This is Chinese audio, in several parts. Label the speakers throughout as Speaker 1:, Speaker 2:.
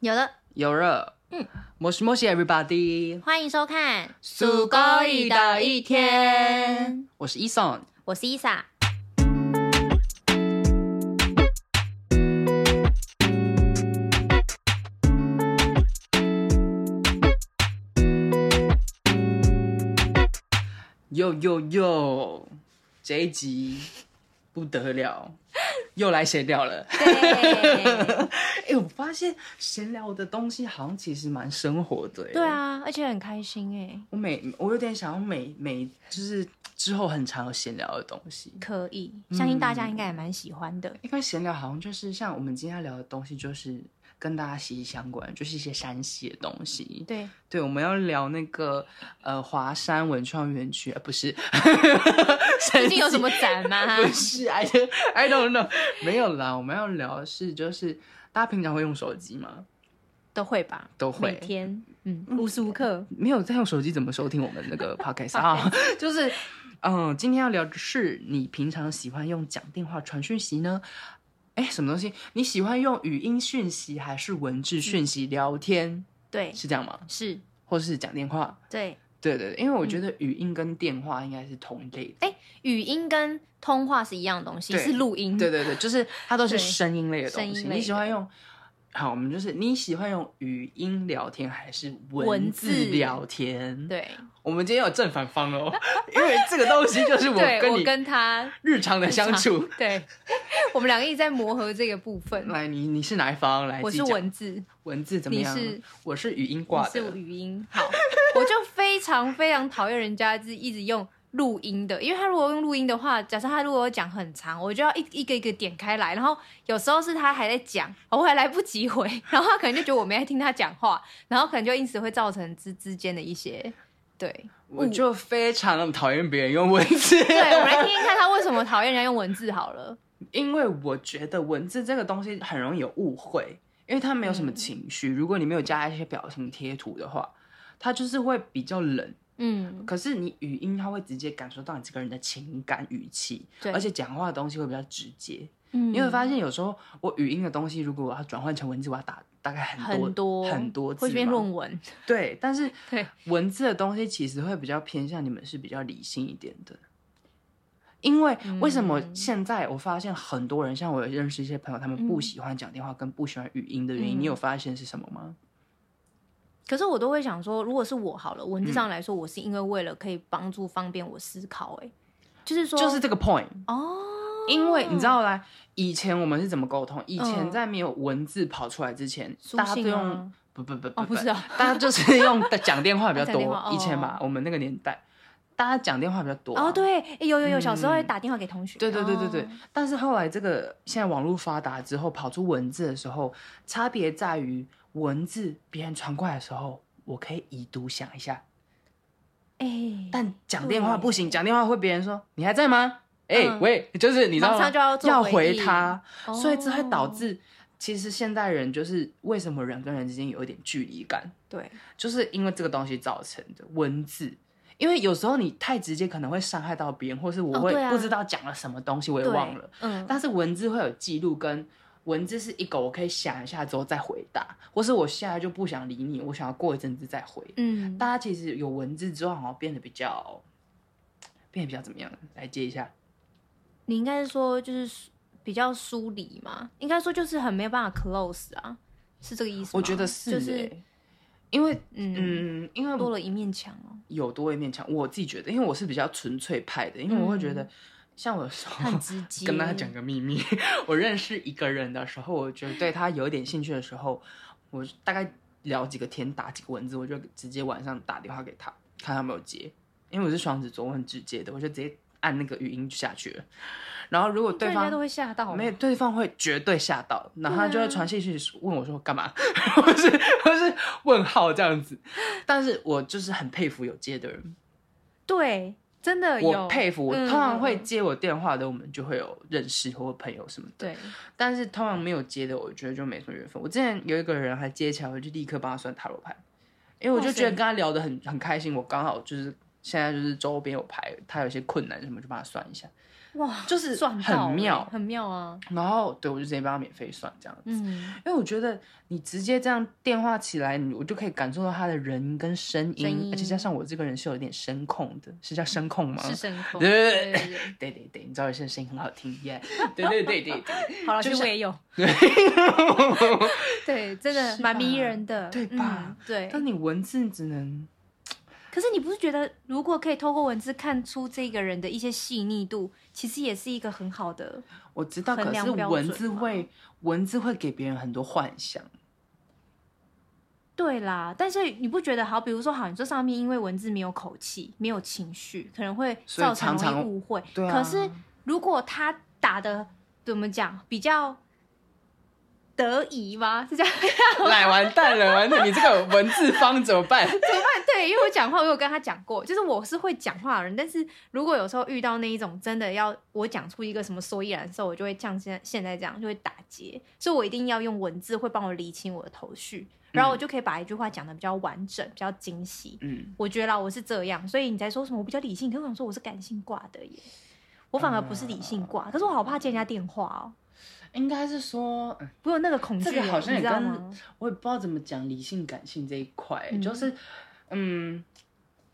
Speaker 1: 有了，
Speaker 2: 有了。
Speaker 1: 嗯，
Speaker 2: 摩西摩西，everybody，
Speaker 1: 欢迎收看《
Speaker 2: すごい的一天》，我是 Eason。
Speaker 1: 我是伊莎。
Speaker 2: 哟哟哟，这一集不得了， 又来闲聊了。
Speaker 1: 对，
Speaker 2: 哎、我发现闲聊的东西好像其实蛮生活的、欸。
Speaker 1: 对，啊，而且很开心哎，
Speaker 2: 我每我有点想要每每就是之后很常有闲聊的东西，
Speaker 1: 可以，相信大家应该也蛮喜欢的。
Speaker 2: 因为闲聊好像就是像我们今天要聊的东西，就是跟大家息息相关，就是一些山西的东西。
Speaker 1: 对，
Speaker 2: 对，我们要聊那个呃华山文创园区，呃不是，
Speaker 1: 最近有什么展吗？
Speaker 2: 不是，I I don't know，没有啦，我们要聊的是就是大家平常会用手机吗？
Speaker 1: 都会吧，
Speaker 2: 都会
Speaker 1: 每天，嗯，无时无刻。
Speaker 2: 没有在用手机怎么收听我们那个 podcast 啊？就是嗯，今天要聊的是你平常喜欢用讲电话传讯息呢？哎，什么东西？你喜欢用语音讯息还是文字讯息聊天？
Speaker 1: 对，
Speaker 2: 是这样吗？
Speaker 1: 是，
Speaker 2: 或是讲电话？
Speaker 1: 对，
Speaker 2: 对对，对因为我
Speaker 1: 嗯
Speaker 2: 觉得语音跟电话应该是同类的。
Speaker 1: 语音跟通话是一样的东西，
Speaker 2: 对
Speaker 1: 是录音。
Speaker 2: 对对对，就是它都是
Speaker 1: 对
Speaker 2: 声音类的
Speaker 1: 声
Speaker 2: 东
Speaker 1: 音
Speaker 2: 西。
Speaker 1: 类
Speaker 2: 你喜欢
Speaker 1: 的
Speaker 2: 用？好，我们就是你喜欢用语音聊天还是文
Speaker 1: 文
Speaker 2: 字
Speaker 1: 字
Speaker 2: 聊天？，
Speaker 1: 对，
Speaker 2: 我们今天有正反方哦， 因为这个东西就是我
Speaker 1: 对
Speaker 2: 跟
Speaker 1: 我
Speaker 2: 你
Speaker 1: 跟他
Speaker 2: 日常的相处。
Speaker 1: 对，我们两个一直在磨合这个部分。
Speaker 2: 来，你你是哪一方？来，
Speaker 1: 我
Speaker 2: 自
Speaker 1: 是
Speaker 2: 己讲
Speaker 1: 文字，
Speaker 2: 文字怎么样？
Speaker 1: 你是
Speaker 2: 我是语音
Speaker 1: 你
Speaker 2: 挂
Speaker 1: 是
Speaker 2: 的，
Speaker 1: 语音。好， 我就非常非常讨厌人家就是一直用录音的，因为他如果用录音的话，假设他如果讲很长，我就要一一个一个点开来，然后有时候是他还在讲，我还来不及回，然后他可能就觉得我没在听他讲话， 然后可能就因此会造成之之间的一些对。
Speaker 2: 我就非常讨厌别人用文 字。
Speaker 1: 对，我们来听听看他为什么讨厌人家用文字好了。
Speaker 2: 因为我觉得文字这个东西很容易有误会，因为它没有
Speaker 1: 嗯
Speaker 2: 什么情绪。如果你没有加一些表情贴图的话，它就是会比较冷。
Speaker 1: 嗯，
Speaker 2: 可是你语音，它会直接感受到你这个人的情感语气，
Speaker 1: 对，
Speaker 2: 而且讲话的东西会比较直接。
Speaker 1: 嗯
Speaker 2: 你会发现，有时候我语音的东西，如果我要转换成文字，我要打大概很多
Speaker 1: 很多
Speaker 2: 很多
Speaker 1: 嗯
Speaker 2: 字
Speaker 1: 会变
Speaker 2: 嘛
Speaker 1: 论文，
Speaker 2: 对，但是
Speaker 1: 对
Speaker 2: 文字的东西其实会比较偏向你们是比较理性一点的，因为为什么
Speaker 1: 嗯
Speaker 2: 现在我发现很多人，像我有认识一些朋友，他们不
Speaker 1: 嗯
Speaker 2: 喜欢讲电话跟不喜欢语音的原因，
Speaker 1: 嗯
Speaker 2: 你有发现是什么吗？
Speaker 1: 可是我都会想说，如果是我好了，文字
Speaker 2: 嗯
Speaker 1: 上来说，我是因为为了可以帮助方便我思考、欸，就是说，
Speaker 2: 就是这个 point，
Speaker 1: 哦，
Speaker 2: 因为你知道啦，以前我们是怎么沟通？以前
Speaker 1: 嗯
Speaker 2: 在没有文字跑出来之前，
Speaker 1: 书
Speaker 2: 大家都
Speaker 1: 信啊
Speaker 2: 用呃不不不
Speaker 1: 哦，不是哦，
Speaker 2: 大家就是用讲 电话比较
Speaker 1: 讲电
Speaker 2: 多。
Speaker 1: 话
Speaker 2: 以前
Speaker 1: 哦
Speaker 2: 吧，我们那个年代，大家讲电话比较多啊。
Speaker 1: 哦，对，欸有有有，小时候会
Speaker 2: 嗯
Speaker 1: 打电话给同学，
Speaker 2: 对对对对对
Speaker 1: 哦，，
Speaker 2: 但是后来这个现在网络发达之后，跑出文字的时候，差别在于文字别人传过来的时候，我可以已读想一下，
Speaker 1: 哎、
Speaker 2: 但讲电话
Speaker 1: 对
Speaker 2: 不行，讲电话会别人说你还在吗？哎、
Speaker 1: 嗯
Speaker 2: 喂，就是你知道
Speaker 1: 马
Speaker 2: 吗
Speaker 1: 上就要做
Speaker 2: 要
Speaker 1: 回
Speaker 2: 回
Speaker 1: 应
Speaker 2: 他，
Speaker 1: 哦
Speaker 2: 所以这会导致其实现代人就是为什么人跟人之间有一点距离感，
Speaker 1: 对，
Speaker 2: 就是因为这个东西造成的文字。因为有时候你太直接，可能会伤害到别人，或是我
Speaker 1: 哦
Speaker 2: 会
Speaker 1: 对啊
Speaker 2: 不知道讲了什么东西，我也
Speaker 1: 对
Speaker 2: 忘了。，
Speaker 1: 嗯，
Speaker 2: 但是文字会有记录，跟文字是一个我可以想一下之后再回答，或是我现在就不想理你，我想要过一阵子再回。
Speaker 1: 嗯，
Speaker 2: 大家其实有文字之后，好像变得比较，变得比较怎么样？来接一下，
Speaker 1: 你应该是说就是比较疏离嘛，应该说就是很没有办法 close 啊，是这个意思吗？
Speaker 2: 我觉得是、欸，
Speaker 1: 就是
Speaker 2: 因为
Speaker 1: 嗯，
Speaker 2: 嗯，因为
Speaker 1: 多了一面墙哦，
Speaker 2: 有多一面墙，我自己觉得，因为我是比较纯粹派的，因为我会觉
Speaker 1: 嗯
Speaker 2: 得，像我有时候
Speaker 1: 很直接，
Speaker 2: 跟大家讲个秘密，我认识一个人的时候，我觉得对他有一点兴趣的时候，我大概聊几个天，打几个文字，我就直接晚上打电话给他，看他有没有接。因为我是双子座，我很直接的，我就直接按那个语音就下去了。然后如果对
Speaker 1: 人家
Speaker 2: 方
Speaker 1: 都会吓到，
Speaker 2: 没有，对方会绝对吓到，然后他就
Speaker 1: 对啊
Speaker 2: 会传信息问我说干嘛， 或是或是问号这样子。但是我就是很佩服有接的人，
Speaker 1: 对，真的有，
Speaker 2: 我佩服，我
Speaker 1: 嗯
Speaker 2: 通常会
Speaker 1: 嗯嗯
Speaker 2: 接我电话的，我们就会有认识或朋友什么的。
Speaker 1: 对，
Speaker 2: 但是通常没有接的，我觉得就没什么缘分。我之前有一个人还接起来，我就立刻帮他算塔罗牌，因为我就觉
Speaker 1: 哇
Speaker 2: 得
Speaker 1: 塞
Speaker 2: 跟他聊得很很开心。我刚好就是现在就是周边有牌，他有些困难什么，就帮他算一下。
Speaker 1: 哇，
Speaker 2: 就是
Speaker 1: 赚到
Speaker 2: 很
Speaker 1: 欸
Speaker 2: 妙。
Speaker 1: 很妙啊，
Speaker 2: 然后对我就直接帮他免费算这样子，
Speaker 1: 嗯，
Speaker 2: 因为我觉得你直接这样电话起来，你我就可以感受到他的人跟声音，
Speaker 1: 声音
Speaker 2: 而且加上我这个人是有点声控的，是叫声控吗？
Speaker 1: 是神空，
Speaker 2: 对
Speaker 1: 对
Speaker 2: 对对
Speaker 1: 对对
Speaker 2: 对对对，你知道有些人声音很好听耶，对对对对对，
Speaker 1: 对，好了，
Speaker 2: 就
Speaker 1: 其实
Speaker 2: 像
Speaker 1: 我也有，对，真的
Speaker 2: 是
Speaker 1: 蛮迷
Speaker 2: 吧
Speaker 1: 人的，
Speaker 2: 对
Speaker 1: 嗯
Speaker 2: 吧？
Speaker 1: 对，
Speaker 2: 但你文字只能
Speaker 1: 可是你不是觉得，如果可以透过文字看出这个人的一些细腻度，其实也是一个很好的，
Speaker 2: 我知道，
Speaker 1: 衡
Speaker 2: 可
Speaker 1: 量
Speaker 2: 是
Speaker 1: 标
Speaker 2: 文
Speaker 1: 准
Speaker 2: 字
Speaker 1: 吗
Speaker 2: 会文字会给别人很多幻想，
Speaker 1: 对啦。但是你不觉得好？比如说，好，你说上面因为文字没有口气，没有情绪，可能会
Speaker 2: 所以
Speaker 1: 造成
Speaker 2: 常常
Speaker 1: 容易误会。
Speaker 2: 对啊
Speaker 1: 可是如果他打的怎么讲，比较得宜吗？是这样？
Speaker 2: 来完蛋了，完蛋！你这个文字方怎么办？
Speaker 1: 对，因为我讲话，我有跟他讲过，就是我是会讲话的人，但是如果有时候遇到那一种真的要我讲出一个什么所以然的时候，我就会像现在现在这样，就会打结，所以我一定要用文字会帮我理清我的头绪，然后我就可以把一句话讲的比较完整、比较精细。
Speaker 2: 嗯，
Speaker 1: 我觉得啦，我是这样，所以你才说什么我比较理性，可是我想说我是感性挂的耶，我反而不是理性挂，可是我好怕接人家电话哦，
Speaker 2: 应该是说，嗯
Speaker 1: 我有那个恐惧
Speaker 2: 这
Speaker 1: 哦，
Speaker 2: 个好像
Speaker 1: 你
Speaker 2: 也
Speaker 1: 知道
Speaker 2: 跟
Speaker 1: 吗？
Speaker 2: 我也不知道怎么讲理性感性这一块，
Speaker 1: 嗯
Speaker 2: 就是，嗯，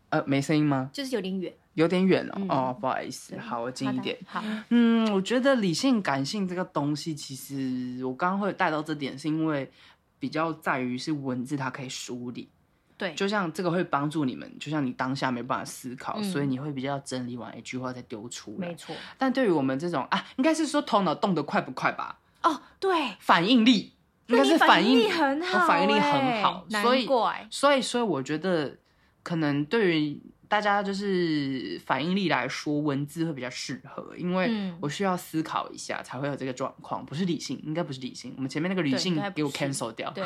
Speaker 2: 呃，没声音吗？
Speaker 1: 就是有点远，
Speaker 2: 有点远哦，
Speaker 1: 嗯
Speaker 2: 哦，不好意思，
Speaker 1: 对
Speaker 2: 好，我近一点。
Speaker 1: 好的，好，
Speaker 2: 嗯，我觉得理性感性这个东西，其实我刚刚会带到这点，是因为比较在于是文字它可以梳理，
Speaker 1: 对，
Speaker 2: 就像这个会帮助你们，就像你当下没办法思考，
Speaker 1: 嗯
Speaker 2: 所以你会比较整理完一句话再丢出
Speaker 1: 没
Speaker 2: 来。
Speaker 1: 错，
Speaker 2: 但对于我们这种啊，应该是说头脑动得快不快吧，
Speaker 1: 哦，对。
Speaker 2: 反应力
Speaker 1: 那
Speaker 2: 应该
Speaker 1: 你
Speaker 2: 是
Speaker 1: 反
Speaker 2: 应
Speaker 1: 力很好、
Speaker 2: 我
Speaker 1: 欸，
Speaker 2: 反应力很好，所
Speaker 1: 难
Speaker 2: 以
Speaker 1: 怪
Speaker 2: 所以所以我觉得可能对于大家就是反应力来说，文字会比较适合，因为
Speaker 1: 嗯
Speaker 2: 我需要思考一下才会有这个状况，不是理性，应该不是理性。我们前面那个理
Speaker 1: 对
Speaker 2: 性
Speaker 1: 应该不
Speaker 2: 给我
Speaker 1: 是
Speaker 2: cancel 掉，
Speaker 1: 对，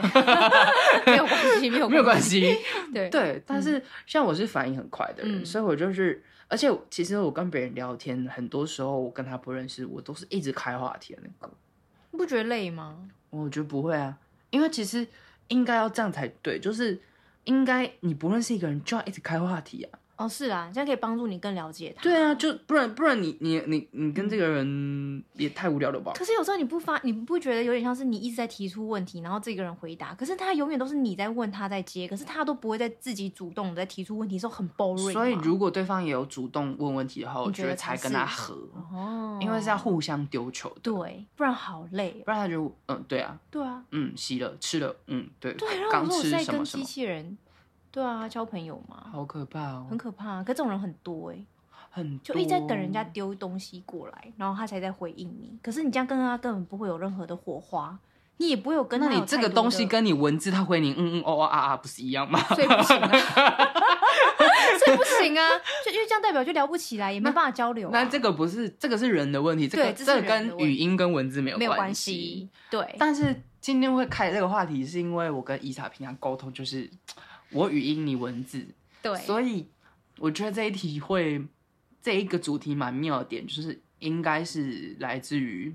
Speaker 1: 没有关系，没有
Speaker 2: 没有关
Speaker 1: 系，
Speaker 2: 系。
Speaker 1: 对
Speaker 2: 对，但是像我是反应很快的人，
Speaker 1: 嗯
Speaker 2: 所以我就是，而且其实我跟别人聊天，很多时候我跟他不认识，我都是一直开话题的那个。
Speaker 1: 你不觉得累吗？
Speaker 2: 我觉得不会啊，因为其实应该要这样才对，就是应该你不认识一个人就要一直开话题啊。
Speaker 1: 哦，是啊，这样可以帮助你更了解他。
Speaker 2: 对啊，就不然不然你你你你跟这个人也太无聊了吧？
Speaker 1: 可是有时候你不发，你不觉得有点像是你一直在提出问题，然后这个人回答，可是他永远都是你在问，他在接，可是他都不会在自己主动在提出问题的时候很 boring 吗。
Speaker 2: 所以如果对方也有主动问问题的话，我
Speaker 1: 你觉
Speaker 2: 觉得
Speaker 1: 得
Speaker 2: 才
Speaker 1: 才
Speaker 2: 跟他
Speaker 1: 是
Speaker 2: 合，
Speaker 1: 哦，
Speaker 2: 因为是要互相丢球的，
Speaker 1: 对，不然好累、哦。
Speaker 2: 不然他就嗯对啊，
Speaker 1: 对啊，
Speaker 2: 嗯，洗了，吃了，嗯，对，
Speaker 1: 对，然后我
Speaker 2: 刚
Speaker 1: 说我
Speaker 2: 吃
Speaker 1: 是在
Speaker 2: 什么
Speaker 1: 跟
Speaker 2: 什
Speaker 1: 机
Speaker 2: 么，
Speaker 1: 器人，对啊，交朋友嘛，
Speaker 2: 好可怕
Speaker 1: 很
Speaker 2: 哦，
Speaker 1: 可怕、啊。可这种人很多哎、
Speaker 2: 很
Speaker 1: 就一直在等人家
Speaker 2: 多
Speaker 1: 丢东西过来，然后他才在回应你。可是你这样跟他根本不会有任何的火花，你也不会有跟他
Speaker 2: 那
Speaker 1: 有
Speaker 2: 你这
Speaker 1: 太
Speaker 2: 个
Speaker 1: 多
Speaker 2: 东西
Speaker 1: 的
Speaker 2: 跟你文字他回你嗯嗯哦哦啊啊不是一样吗？
Speaker 1: 所以不行啊， 所以不行啊， 就因为这样代表就聊不起来，也没办法交流啊、
Speaker 2: 那这个不是这个是人的问题，这个
Speaker 1: 对这是
Speaker 2: 个
Speaker 1: 人的
Speaker 2: 跟
Speaker 1: 问题
Speaker 2: 语音跟文字没有
Speaker 1: 没有
Speaker 2: 关
Speaker 1: 关。系，对，
Speaker 2: 但是今天会开这个话题，是因为我跟伊莎平常沟通就是我语音你文字，
Speaker 1: 对，
Speaker 2: 所以我觉得这一题会这一个主题蛮妙的点，就是应该是来自于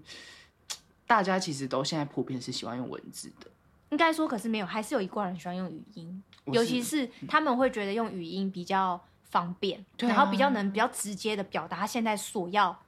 Speaker 2: 大家其实都现在普遍是喜欢用文字的，
Speaker 1: 应该说，可是没有，还是有一挂人喜欢用语音，
Speaker 2: 我
Speaker 1: 尤其是他们会觉得用语音比较方便，
Speaker 2: 对啊
Speaker 1: 然后比较能比较直接的表达他现在所要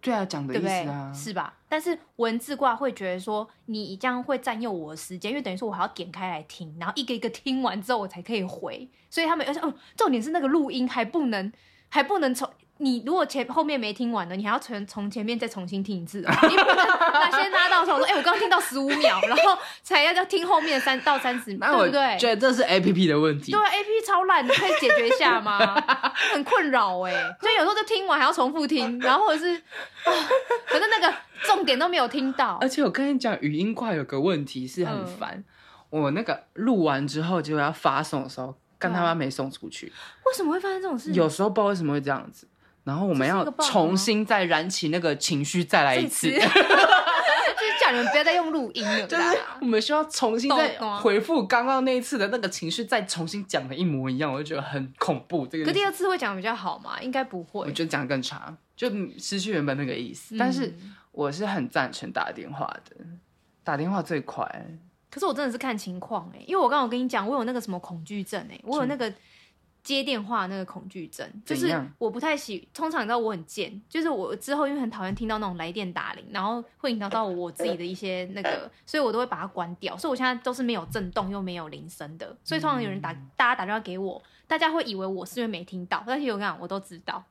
Speaker 2: 对啊讲的
Speaker 1: 对
Speaker 2: 意
Speaker 1: 不
Speaker 2: 思
Speaker 1: 对？
Speaker 2: 啊，
Speaker 1: 是吧？但是文字挂会觉得说，你这样会占用我的时间，因为等于说我还要点开来听，然后一个一个听完之后我才可以回，所以他们而且哦，重点是那个录音还不能还不能从。你如果前后面没听完的，你还要从从前面再重新听一次、哦，你不能 那先拉到头说，哎、我刚刚听到十五秒，然后才要要听后面的三到三十
Speaker 2: 那
Speaker 1: 秒，
Speaker 2: 我
Speaker 1: 对不对？
Speaker 2: 觉得这是 A P P 的问题
Speaker 1: 对。，A 啊 P 超烂，你可以解决一下 吗？很困扰哎、所以有时候就听完还要重复听，然后或者是，啊，反正那个重点都没有听到
Speaker 2: 而。且我跟你讲，语音挂有个问题是很
Speaker 1: 嗯
Speaker 2: 烦，我那个录完之后结果要发送的时候，干
Speaker 1: 对啊
Speaker 2: 他妈没送出去。
Speaker 1: 为什么会发生这种事？
Speaker 2: 有时候不知道为什么会这样子，然后我们
Speaker 1: 这是
Speaker 2: 要
Speaker 1: 一个 bug 吗
Speaker 2: 重新再燃起那个情绪，再来一
Speaker 1: 这
Speaker 2: 次
Speaker 1: 次，。 就是叫你们不要再用录音了
Speaker 2: 就是
Speaker 1: 啦。
Speaker 2: 我们需要重新再
Speaker 1: 啊懂懂啊
Speaker 2: 回复刚刚那一次的那个情绪，再重新讲的一模一样，我就觉得很恐怖。这个
Speaker 1: 可第二次会讲比较好嘛？应该不
Speaker 2: 我
Speaker 1: 会。
Speaker 2: 觉得讲得更差，就失去原本那个意思。但是
Speaker 1: 嗯
Speaker 2: 我是很赞成打电话的，打电话最快。
Speaker 1: 欸可是我真的是看情况哎、因为我刚刚有跟你讲，我有那个什么恐惧症哎、我有那个接电话那个恐惧症，就
Speaker 2: 怎
Speaker 1: 是
Speaker 2: 样
Speaker 1: 我不太喜，通常你知道我很贱，就是我之后因为很讨厌听到那种来电打铃，然后会影响到我自己的一些那 个，所以我都会把它关掉，所以我现在都是没有震动又没有铃声的，所以通常有人打、
Speaker 2: 嗯
Speaker 1: 大家打电话给我，大家会以为我是因为没听到，但是我跟你讲我都知道，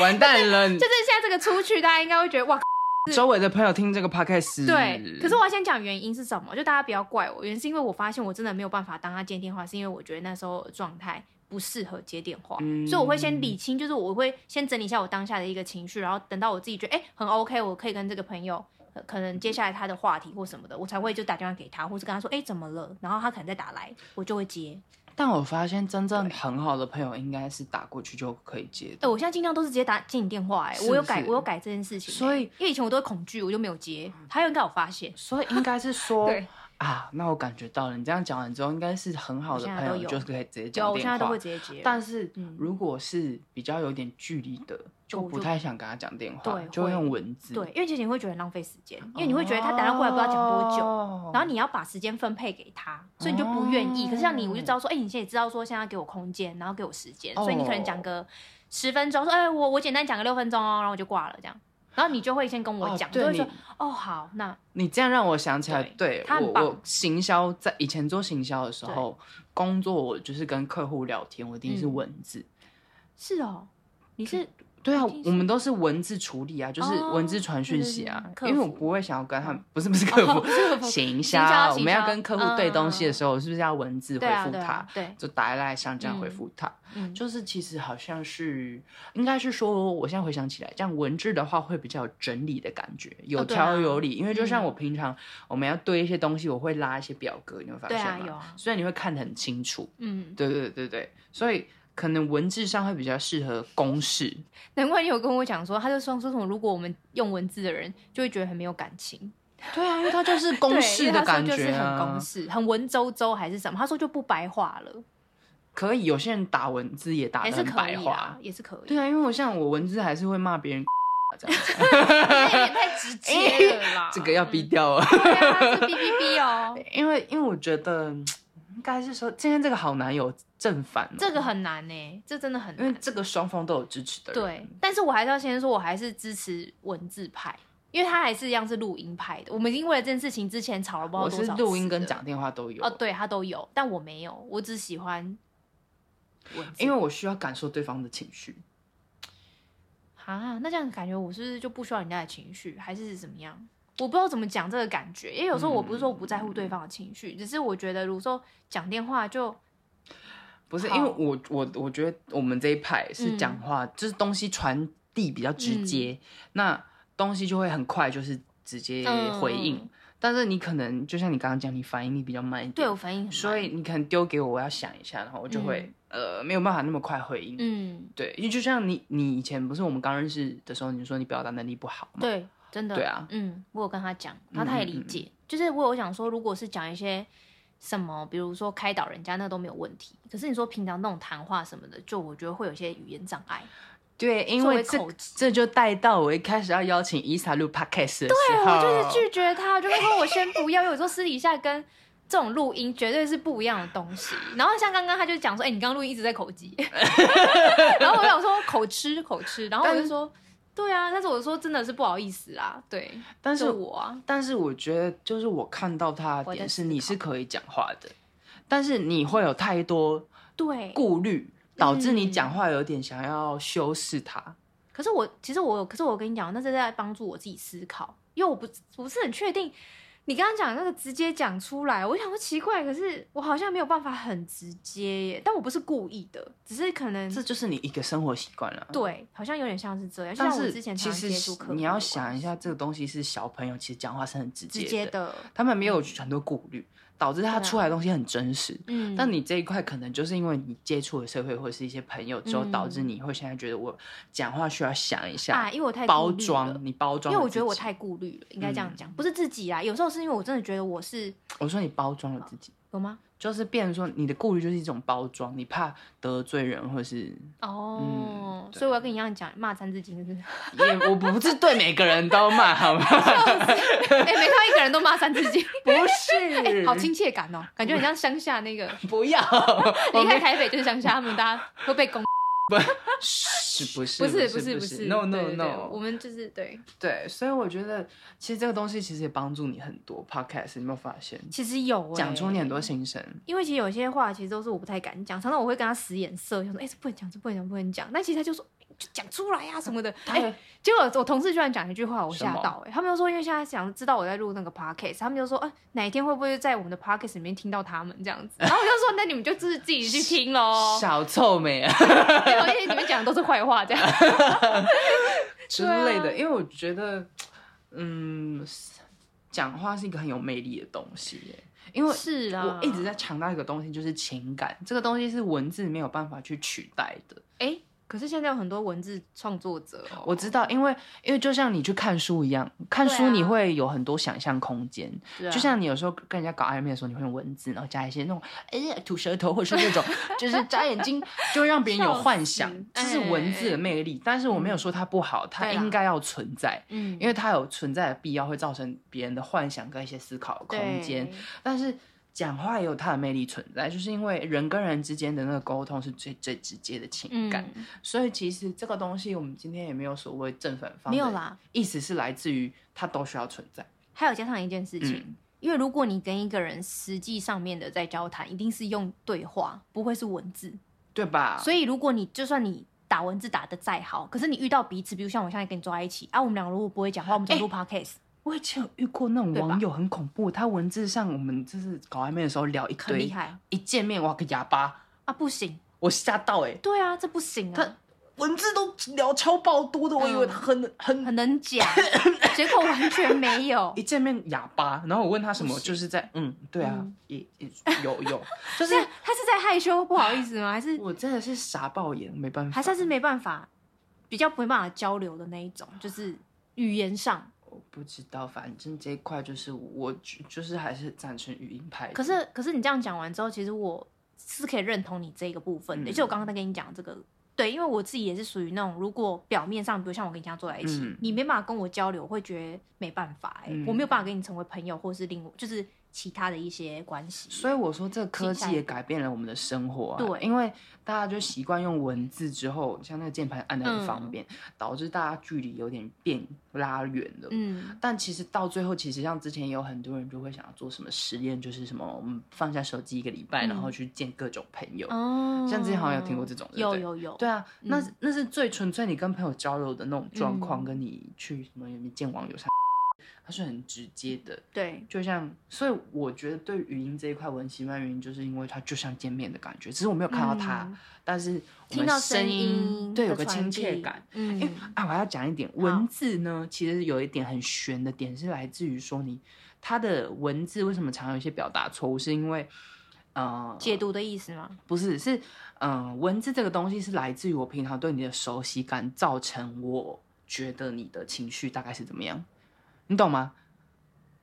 Speaker 2: 完蛋了！
Speaker 1: 就是现在这个出去，大家应该会觉得哇是
Speaker 2: 周围的朋友听这个 podcast，
Speaker 1: 对，
Speaker 2: 嗯
Speaker 1: 可是我要先讲原因是什么，就大家不要怪我，原因是因为我发现我真的没有办法当他接电话，是因为我觉得那时候的状态不适合接电话，
Speaker 2: 嗯
Speaker 1: 所以我会先理清，就是我会先整理一下我当下的一个情绪，然后等到我自己觉得哎、很 OK，我可以跟这个朋友。呃可能接下来他的话题或什么的，我才会就打电话给他，或是跟他说，哎、怎么了？然后他可能再打来，我就会接。
Speaker 2: 但我发现真正很好的朋友应该是打过去就可以接
Speaker 1: 哎、
Speaker 2: 的。
Speaker 1: 我现在尽量都是直接打接你电话、哎，
Speaker 2: 是
Speaker 1: 我有
Speaker 2: 不
Speaker 1: 改，
Speaker 2: 是
Speaker 1: 我有改这件事情、
Speaker 2: 所以嗯
Speaker 1: 哎因为以前我都会恐惧，我就没有接。还有应该有发现，
Speaker 2: 所以应该是 说
Speaker 1: 对
Speaker 2: 啊，那我感觉到了，你这样讲完之后，应该是很好的朋
Speaker 1: 我现
Speaker 2: 友
Speaker 1: 在都有
Speaker 2: 就是可以直
Speaker 1: 对啊，
Speaker 2: 接讲
Speaker 1: 我现在
Speaker 2: 电
Speaker 1: 都
Speaker 2: 话
Speaker 1: 会。直接接。
Speaker 2: 但是
Speaker 1: 嗯
Speaker 2: 如果是比较有点距离的，就
Speaker 1: 我就
Speaker 2: 不太想跟他讲电话
Speaker 1: 对，
Speaker 2: 就
Speaker 1: 会
Speaker 2: 用文字。
Speaker 1: 对，，因为其实你会觉得很浪费时间，因
Speaker 2: 因
Speaker 1: 为你会觉得他打到过来不知道讲多久，
Speaker 2: 久
Speaker 1: 然后你要把时间分配给他，所以你就不愿意。可是像你，我就
Speaker 2: 哦
Speaker 1: 知道说，哎、你现在也知道说现在给我空间，然后给我时间，所以你可能
Speaker 2: 哦
Speaker 1: 讲个十分钟，说，哎、我我简单讲个六分钟哦，然后我就挂了这样。然后你就会先跟我讲，就
Speaker 2: 对
Speaker 1: 会
Speaker 2: 你
Speaker 1: 说，哦，好，那
Speaker 2: 你这样让我想起来，
Speaker 1: 对
Speaker 2: 对
Speaker 1: 他很
Speaker 2: 我
Speaker 1: 棒
Speaker 2: 我行销在以前做行销的时候，工作我就是跟客户聊天，我一定是
Speaker 1: 嗯
Speaker 2: 文字。
Speaker 1: 是哦，你是
Speaker 2: 对啊
Speaker 1: 一定，是
Speaker 2: 我们都是文字处理啊，就是
Speaker 1: 哦
Speaker 2: 文字传讯息啊，
Speaker 1: 对对对
Speaker 2: 因为
Speaker 1: 客
Speaker 2: 我
Speaker 1: 服嗯哦
Speaker 2: 不会想要跟他们，不是不是客服，行
Speaker 1: 行销
Speaker 2: 销，我
Speaker 1: 行
Speaker 2: 们
Speaker 1: 销
Speaker 2: 要跟客户对东西的时候，我是不是要文字回
Speaker 1: 对啊，
Speaker 2: 复
Speaker 1: 对
Speaker 2: 他
Speaker 1: 啊？，对，
Speaker 2: 就打在赖上这样回复他，
Speaker 1: 嗯，
Speaker 2: 就是其实好像是，应该是说，我现在回想起来，这样文字的话会比较有整理的感觉，有
Speaker 1: 对啊
Speaker 2: 条有理。因为就像
Speaker 1: 嗯
Speaker 2: 我平常我们要对一些东西，我会拉一些表格，你会发
Speaker 1: 对
Speaker 2: 现
Speaker 1: 啊，
Speaker 2: 吗？
Speaker 1: 有啊，
Speaker 2: 虽然你会看得很清楚，
Speaker 1: 嗯，
Speaker 2: 对对对对，所以可能文字上会比较适合公式。
Speaker 1: 难怪你有跟我讲说，他就说说什么，如果我们用文字的人，就会觉得很没有感情。
Speaker 2: 对啊，因为它就是公
Speaker 1: 对
Speaker 2: 式
Speaker 1: 因为
Speaker 2: 的
Speaker 1: 他说
Speaker 2: 感
Speaker 1: 就是
Speaker 2: 觉
Speaker 1: 很公
Speaker 2: 啊。
Speaker 1: 式，很文绉绉还是什么？他说就不白话了，
Speaker 2: 可以，有些人打文字也打
Speaker 1: 还
Speaker 2: 得
Speaker 1: 是
Speaker 2: 很
Speaker 1: 可
Speaker 2: 白
Speaker 1: 以
Speaker 2: 话
Speaker 1: 啊。，也是可以。
Speaker 2: 对啊，因为我像我文字还是会骂别人 这样子，。
Speaker 1: 那有点太直接了啦
Speaker 2: 啊哎 这个要逼
Speaker 1: 逼，
Speaker 2: 掉啊。
Speaker 1: 对啊，这哔哔哔 哦，
Speaker 2: 因为因为我觉得应该是说，今天这个好难有正反、哦，
Speaker 1: 这个很难呢，这真的很
Speaker 2: 因为
Speaker 1: 难。
Speaker 2: 这个双方都有支持的人，
Speaker 1: 对，但是我还是要先说，我还是支持文字派，因为他还是一样是录音派的。我们已经为了这件事情之前吵了不知道
Speaker 2: 我
Speaker 1: 多
Speaker 2: 是
Speaker 1: 少次
Speaker 2: 录音跟
Speaker 1: 了
Speaker 2: 讲电话都有，
Speaker 1: 哦，对他都有，但我没有，我只喜欢文字。
Speaker 2: 因为我需要感受对方的情绪，
Speaker 1: 啊，那这样感觉我是不是就不需要人家的情绪，还是怎么样？我不知道怎么讲这个感觉，因为有时候我不是说我不在乎
Speaker 2: 嗯
Speaker 1: 对方的情绪，只是我觉得，如果说讲电话就
Speaker 2: 不是
Speaker 1: 好嗯
Speaker 2: 因为我我我觉得我们这一派是讲话，就是东西传递比较直接，那东西就会很快，就是直接回应。
Speaker 1: 嗯
Speaker 2: 但是你可能就像你刚刚讲，你反应力比较慢一点，
Speaker 1: 对我反应很慢，
Speaker 2: 所以你可能丢给我，我要想一下，然后我就会、呃没有办法那么快回应，
Speaker 1: 嗯，
Speaker 2: 对，因为就像你，你以前不是我们刚认识的时候，你说你表达能力不好嘛？
Speaker 1: 对，真的，
Speaker 2: 对啊嗯
Speaker 1: 嗯，我有跟他讲，然后他也理解，就是我有想说，如果是讲一些什么，比如说开导人家，那都没有问题。可是你说平常那种谈话什么的，就我觉得会有一些语言障碍，
Speaker 2: 对，因
Speaker 1: 作为
Speaker 2: 为这
Speaker 1: 口技
Speaker 2: 这就带到我一开始要邀请伊莎录 podcast 的时
Speaker 1: 对，啊
Speaker 2: 候，
Speaker 1: 我就是拒绝他，我就会说我先不要，因为有时候私底下跟这种录音绝对是不一样的东西。然后像刚刚他就讲说，哎、你刚刚录音一直在口技， 然后我想说口吃口吃，然后我就说。对啊，但是我说真的是不好意思啦，对，
Speaker 2: 但
Speaker 1: 就是我啊，
Speaker 2: 但是我觉得就是我看到他的
Speaker 1: 我在
Speaker 2: 点
Speaker 1: 思
Speaker 2: 是
Speaker 1: 考
Speaker 2: 你是可以讲话的，但是你会有太多
Speaker 1: 对，
Speaker 2: 顾虑，导致你
Speaker 1: 嗯
Speaker 2: 讲话有点想要修饰它。
Speaker 1: 可是我其实我有，可是我跟你讲，那是在帮助我自己思考，因为我不不是很确定。你刚刚讲那个直接讲出来，我想说奇怪，可是我好像没有办法很直接耶，但我不是故意的，只是可能
Speaker 2: 这就是你一个生活习惯了。
Speaker 1: 对，好像有点像是这样。就
Speaker 2: 但
Speaker 1: 像我
Speaker 2: 是
Speaker 1: 之前
Speaker 2: 其
Speaker 1: 常常接
Speaker 2: 实
Speaker 1: 触客户
Speaker 2: 你
Speaker 1: 有
Speaker 2: 要
Speaker 1: 关
Speaker 2: 想一下，这个东西是小朋友，其实讲话是很直
Speaker 1: 直
Speaker 2: 接
Speaker 1: 接
Speaker 2: 的，
Speaker 1: 的，
Speaker 2: 他们没有很多顾虑，导致他
Speaker 1: 对啊
Speaker 2: 出来的东西很真实。
Speaker 1: 嗯，
Speaker 2: 但你这一块可能就是因为你接触了社会或者是一些朋友之后，
Speaker 1: 嗯
Speaker 2: 导致你会现在觉得我讲话需要想一下，
Speaker 1: 啊，因为我太顾
Speaker 2: 包
Speaker 1: 虑了
Speaker 2: 装，你包
Speaker 1: 因
Speaker 2: 装了自己。嗯
Speaker 1: 为我觉得我太顾虑了，应该这样讲，不是自己啦，有时候是因为我真的觉得我是
Speaker 2: 我说你包装了自己，
Speaker 1: 有吗？
Speaker 2: 就是变成说你的顾虑就是一种包装，你怕得罪人或是
Speaker 1: 哦，
Speaker 2: 嗯对
Speaker 1: 所以我要跟你一样讲，骂三字经是不是？
Speaker 2: 也我不是对每个人都骂好吗？
Speaker 1: 哎、每看到一个人人都骂三字经，
Speaker 2: 不 是，
Speaker 1: 哎、好亲切感哦，感觉很像乡下那 个，
Speaker 2: 不要，
Speaker 1: 离开台北就是乡下，他们大家会被攻。
Speaker 2: 是不是？
Speaker 1: 不是
Speaker 2: 不
Speaker 1: 是不
Speaker 2: 是
Speaker 1: 对
Speaker 2: ，no no
Speaker 1: 对对
Speaker 2: no，
Speaker 1: 我们就是对，
Speaker 2: 对，所以我觉得其实这个东西其实也帮助你很多。Podcast 你有没有发现？
Speaker 1: 其实有哎
Speaker 2: 讲出你很多心声，
Speaker 1: 因为其实有些话其实都是我不太敢讲，常常我会跟他使眼色，想说哎、这不能讲，这不能讲，不能讲。但其实他就说哎就讲出来呀、什么的。
Speaker 2: 他
Speaker 1: 哎、
Speaker 2: 会
Speaker 1: 结果我同事居然讲一句话，我
Speaker 2: 什么
Speaker 1: 吓到哎、他们就说因为现在想知道我在录那个 podcast，他们就说哎、哪一天会不会在我们的 podcast 里面听到他们这样子？然后我就说那你们就自自己去听喽，
Speaker 2: 小臭 美啊
Speaker 1: 因为你们讲的都是坏话这样。
Speaker 2: 之类
Speaker 1: 啊
Speaker 2: 的，因为我觉得，嗯，讲话是一个很有魅力的东西耶。因为
Speaker 1: 是啊，
Speaker 2: 我一直在强调一个东西，就是情感，这个东西是文字没有办法去取代的。
Speaker 1: 哎、可是现在有很多文字创作者哦，
Speaker 2: 我知道，因为因为就像你去看书一样，看
Speaker 1: 对
Speaker 2: 书
Speaker 1: 啊
Speaker 2: 你会有很多想象空间，
Speaker 1: 对啊
Speaker 2: 就像你有时候跟人家搞暧昧的时候，你会用文字，然后加一些那种哎呀吐舌头，或者 是那种就是眨眼睛，就会让别人有幻想
Speaker 1: 笑死，哎
Speaker 2: 这是文字的魅力。但是我没有说它不好，它
Speaker 1: 对啦啊
Speaker 2: 应该要存在，
Speaker 1: 嗯
Speaker 2: 因为它有存在的必要，会造成别人的幻想跟一些思考的空间。
Speaker 1: 对
Speaker 2: 但是讲话也有它的魅力存在，就是因为人跟人之间的那个沟通是最最直接的情感。
Speaker 1: 嗯
Speaker 2: 所以其实这个东西，我们今天也没有所谓正反方，
Speaker 1: 没有，啦。
Speaker 2: 意思是来自于它都需要存在。
Speaker 1: 还有加上一件事情，
Speaker 2: 嗯
Speaker 1: 因为如果你跟一个人实际上面的在交谈，一定是用对话，不会是文字。
Speaker 2: 对吧？
Speaker 1: 所以如果你就算你打文字打的再好，可是你遇到彼此，比如像我现在跟你坐在一起啊，我们俩如果不会讲话，我们怎么录 podcast？、
Speaker 2: 我以前有遇过那种
Speaker 1: 对吧
Speaker 2: 网友很恐怖，他文字上我们就是搞暧昧的时候聊一
Speaker 1: 很厉
Speaker 2: 堆，
Speaker 1: 害
Speaker 2: 一见面哇个哑巴，
Speaker 1: 啊，不行，
Speaker 2: 我吓到哎、欸，
Speaker 1: 对啊，这不行啊
Speaker 2: 他，文字都聊超爆多的，我以为他很很
Speaker 1: 嗯很能讲，结果完全没有
Speaker 2: 一。见面哑巴，然后我问他什
Speaker 1: 不
Speaker 2: 么，
Speaker 1: 行
Speaker 2: 就是在嗯对啊
Speaker 1: 嗯，
Speaker 2: 也也有 有，就是
Speaker 1: 是他是在害羞不好意思吗？还是
Speaker 2: 我真的是傻爆眼，没办法，
Speaker 1: 还是他是没办法，比较没办法交流的那一种，就是语言上。
Speaker 2: 我不知道，反正这一块就是我就是还是赞成语音派的，
Speaker 1: 可是可是你这样讲完之后，其实我是可以认同你这个部分的，
Speaker 2: 嗯
Speaker 1: 就我刚刚在跟你讲这个。对，因为我自己也是属于那种，如果表面上，比如像我跟你这样坐在一起，
Speaker 2: 嗯
Speaker 1: 你没办法跟我交流，我会觉得没办法、欸，
Speaker 2: 嗯
Speaker 1: 我没有办法跟你成为朋友，或是另就是其他的一些关系。
Speaker 2: 所以我说，这科
Speaker 1: 静下
Speaker 2: 技
Speaker 1: 来
Speaker 2: 也改变了我们的生活、啊。
Speaker 1: 对
Speaker 2: 因为大家就习惯用文字之后，像那个键盘按的
Speaker 1: 嗯
Speaker 2: 很方便，导致大家距离有点变拉远了。
Speaker 1: 嗯，
Speaker 2: 但其实到最后，其实像之前有很多人就会想要做什么实验，就是什么我们放下手机一个礼拜，
Speaker 1: 嗯
Speaker 2: 然后去见各种朋友。
Speaker 1: 哦，
Speaker 2: 像之前好像有听过这种对不
Speaker 1: 有
Speaker 2: 对
Speaker 1: 有有，
Speaker 2: 对啊，
Speaker 1: 嗯
Speaker 2: 那那是最纯粹你跟朋友交流的那种状况，
Speaker 1: 嗯
Speaker 2: 跟你去什么你见网友上，它是很直接的。
Speaker 1: 对，
Speaker 2: 就像，所以我觉得对语音这一块，我很喜欢语音，就是因为它就像见面的感觉。只是我没有看到他，
Speaker 1: 嗯
Speaker 2: 但是我
Speaker 1: 听
Speaker 2: 们
Speaker 1: 到
Speaker 2: 声
Speaker 1: 音
Speaker 2: 对
Speaker 1: 的
Speaker 2: 有个
Speaker 1: 传
Speaker 2: 亲切
Speaker 1: 递
Speaker 2: 感。，
Speaker 1: 嗯
Speaker 2: 因为啊，我还要讲一点，文字呢，其实有一点很悬的点是来自于说你它的文字为什么常有一些表达错误，是因为呃，
Speaker 1: 解读的意思吗？
Speaker 2: 不是是嗯、呃文字这个东西是来自于我平常对你的熟悉感，造成我觉得你的情绪大概是怎么样，你懂吗？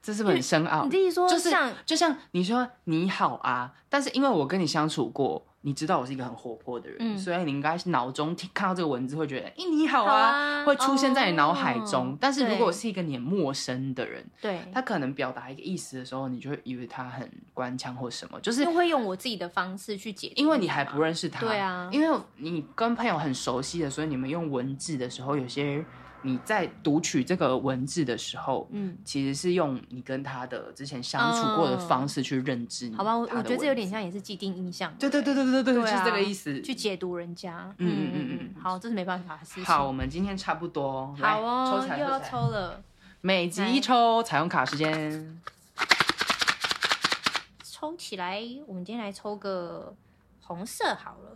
Speaker 2: 这是
Speaker 1: 因
Speaker 2: 不是
Speaker 1: 为
Speaker 2: 很深奥？
Speaker 1: 你的意思说
Speaker 2: 哦就是
Speaker 1: 像
Speaker 2: 就像你说你好啊，但是因为我跟你相处过，你知道我是一个很活泼的人，
Speaker 1: 嗯
Speaker 2: 所以你应该是脑中听看到这个文字会觉得，哎、你好
Speaker 1: 好
Speaker 2: 啊，
Speaker 1: 啊
Speaker 2: 会出现在你脑海中。
Speaker 1: 哦
Speaker 2: 但是如果
Speaker 1: 对
Speaker 2: 是一个你很陌生的人，
Speaker 1: 对，
Speaker 2: 他可能表达一个意思的时候，你就会以为他很官腔或什么，就是
Speaker 1: 就会用我自己的方式去解读，
Speaker 2: 因为你还不认识他，
Speaker 1: 对啊
Speaker 2: 因为你跟朋友很熟悉的，所以你们用文字的时候，有些你在读取这个文字的时候，
Speaker 1: 嗯。
Speaker 2: 其实是用你跟他的之前相处过的方式去认知你、
Speaker 1: 好吧，我我觉得这有点
Speaker 2: 像，
Speaker 1: 像也是既定印象，
Speaker 2: 对对
Speaker 1: 不
Speaker 2: 对对对对对，
Speaker 1: 对
Speaker 2: 就
Speaker 1: 啊
Speaker 2: 是这个意思。
Speaker 1: 去解读人家，嗯
Speaker 2: 嗯嗯
Speaker 1: 嗯
Speaker 2: 嗯
Speaker 1: 嗯，好，这是没办法的事情。
Speaker 2: 好，我，们今天差不多，来
Speaker 1: 好哦，
Speaker 2: 抽彩
Speaker 1: 又要
Speaker 2: 彩
Speaker 1: 抽了，
Speaker 2: 每集一抽彩虹卡时间，
Speaker 1: 抽起来，我们今天来抽个红色好了，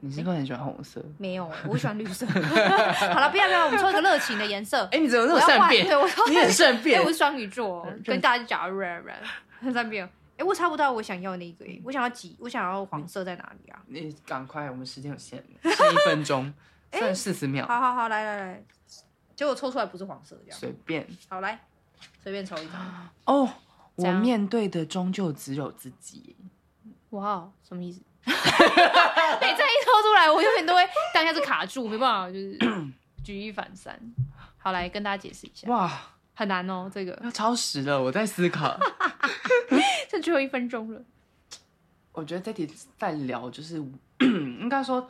Speaker 2: 你是不是很喜欢红色？
Speaker 1: 没有，我喜欢绿色。好了，不要不要，我们抽一个热情的颜色。
Speaker 2: 哎、你怎么那
Speaker 1: 我
Speaker 2: 么
Speaker 1: 要
Speaker 2: 善
Speaker 1: 换，
Speaker 2: 变
Speaker 1: 对？我要
Speaker 2: 你很善
Speaker 1: 因
Speaker 2: 变
Speaker 1: 为我。是双鱼座
Speaker 2: 嗯，
Speaker 1: 跟大家讲软软很善变。哎，我查不到我想要那个，哎我想要几，我想要黄色在哪里啊？
Speaker 2: 你赶快，我们时间有限，剩一 分钟，剩四十秒，
Speaker 1: 哎好好好，来来来，结果抽出来不是黄色，这样。
Speaker 2: 随便。
Speaker 1: 好，来，随便抽一张。
Speaker 2: 哦，
Speaker 1: 怎
Speaker 2: 我
Speaker 1: 样
Speaker 2: 面对的终究只有自己。
Speaker 1: 哇，哦什么意思？ 每次一抽出来，我永远都会 当下是卡住，没办法，就是举一反三。好，来跟大家解释一下。
Speaker 2: 哇，
Speaker 1: 很难哦，这个
Speaker 2: 要超时了，我在思考。
Speaker 1: 剩最后一分钟了。
Speaker 2: 我觉得这题在聊，就是 应该说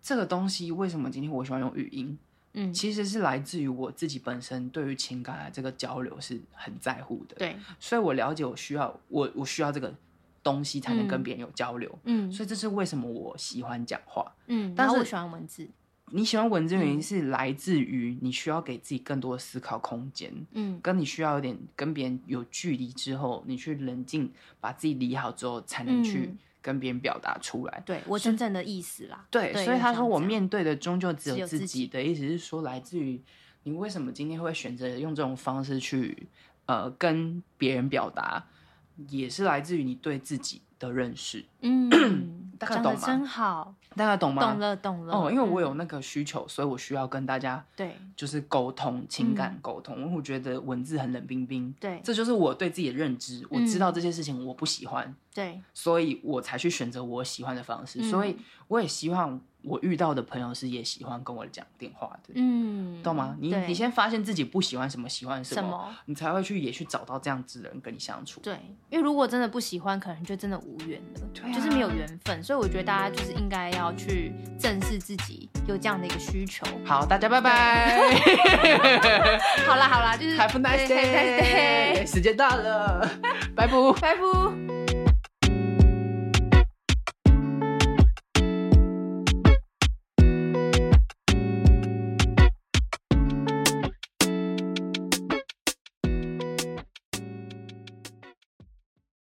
Speaker 2: 这个东西为什么今天我喜欢用语音，
Speaker 1: 嗯，
Speaker 2: 其实是来自于我自己本身对于情感的这个交流是很在乎的。，
Speaker 1: 对，
Speaker 2: 所以我了解我需要我我需要这个东西才能
Speaker 1: 嗯
Speaker 2: 跟别人有交流，
Speaker 1: 嗯
Speaker 2: 所以这是为什么我喜欢讲话。
Speaker 1: 嗯，
Speaker 2: 但
Speaker 1: 然后
Speaker 2: 是
Speaker 1: 我喜欢文字，
Speaker 2: 你喜欢文字原因
Speaker 1: 嗯
Speaker 2: 是来自于你需要给自己更多的思考空间，
Speaker 1: 嗯
Speaker 2: 跟你需要有点跟别人有距离之后，你去冷静把自己理好之后，才能去
Speaker 1: 嗯
Speaker 2: 跟别人表达出来。
Speaker 1: 对我真正的意思啦。
Speaker 2: 对，所以他说我面对的终究只
Speaker 1: 只
Speaker 2: 有
Speaker 1: 有
Speaker 2: 自
Speaker 1: 自
Speaker 2: 己的意思是说，来自于你为什么今天会选择用这种方式去呃跟别人表达，也是来自于你对自己的认识。，
Speaker 1: 嗯
Speaker 2: 大概
Speaker 1: 讲
Speaker 2: 懂
Speaker 1: 的
Speaker 2: 吗
Speaker 1: 真好，
Speaker 2: 大家懂吗？
Speaker 1: 懂了懂了。
Speaker 2: 哦，因为我有
Speaker 1: 嗯
Speaker 2: 那个需求，所以我需要跟大家
Speaker 1: 对
Speaker 2: 就是沟通、情感
Speaker 1: 嗯
Speaker 2: 沟通。因为我觉得文字很冷冰冰，
Speaker 1: 对
Speaker 2: 这就是我对自己的认知。我
Speaker 1: 嗯
Speaker 2: 知道这些事情我不喜欢，
Speaker 1: 对，
Speaker 2: 所以我才去选择我喜欢的方式。所以
Speaker 1: 嗯
Speaker 2: 我也希望我遇到的朋友是也喜欢跟我讲电话的，
Speaker 1: 嗯，
Speaker 2: 懂吗？你
Speaker 1: 对
Speaker 2: 你先发现自己不喜欢什么，喜欢什
Speaker 1: 什
Speaker 2: 么，
Speaker 1: 么？
Speaker 2: 你才会去也去找到这样子的人跟你相处。
Speaker 1: 对，因为如果真的不喜欢，可能就真的无缘了，
Speaker 2: 对啊
Speaker 1: 就是没有缘分。所以我觉得大家就是应该要去正视自己有这样的一个需求。
Speaker 2: 好，大家 拜拜
Speaker 1: 好啦好啦，就是
Speaker 2: ，Have a nice
Speaker 1: 对 have a nice day
Speaker 2: day，时间到了，拜拜。
Speaker 1: 拜拜。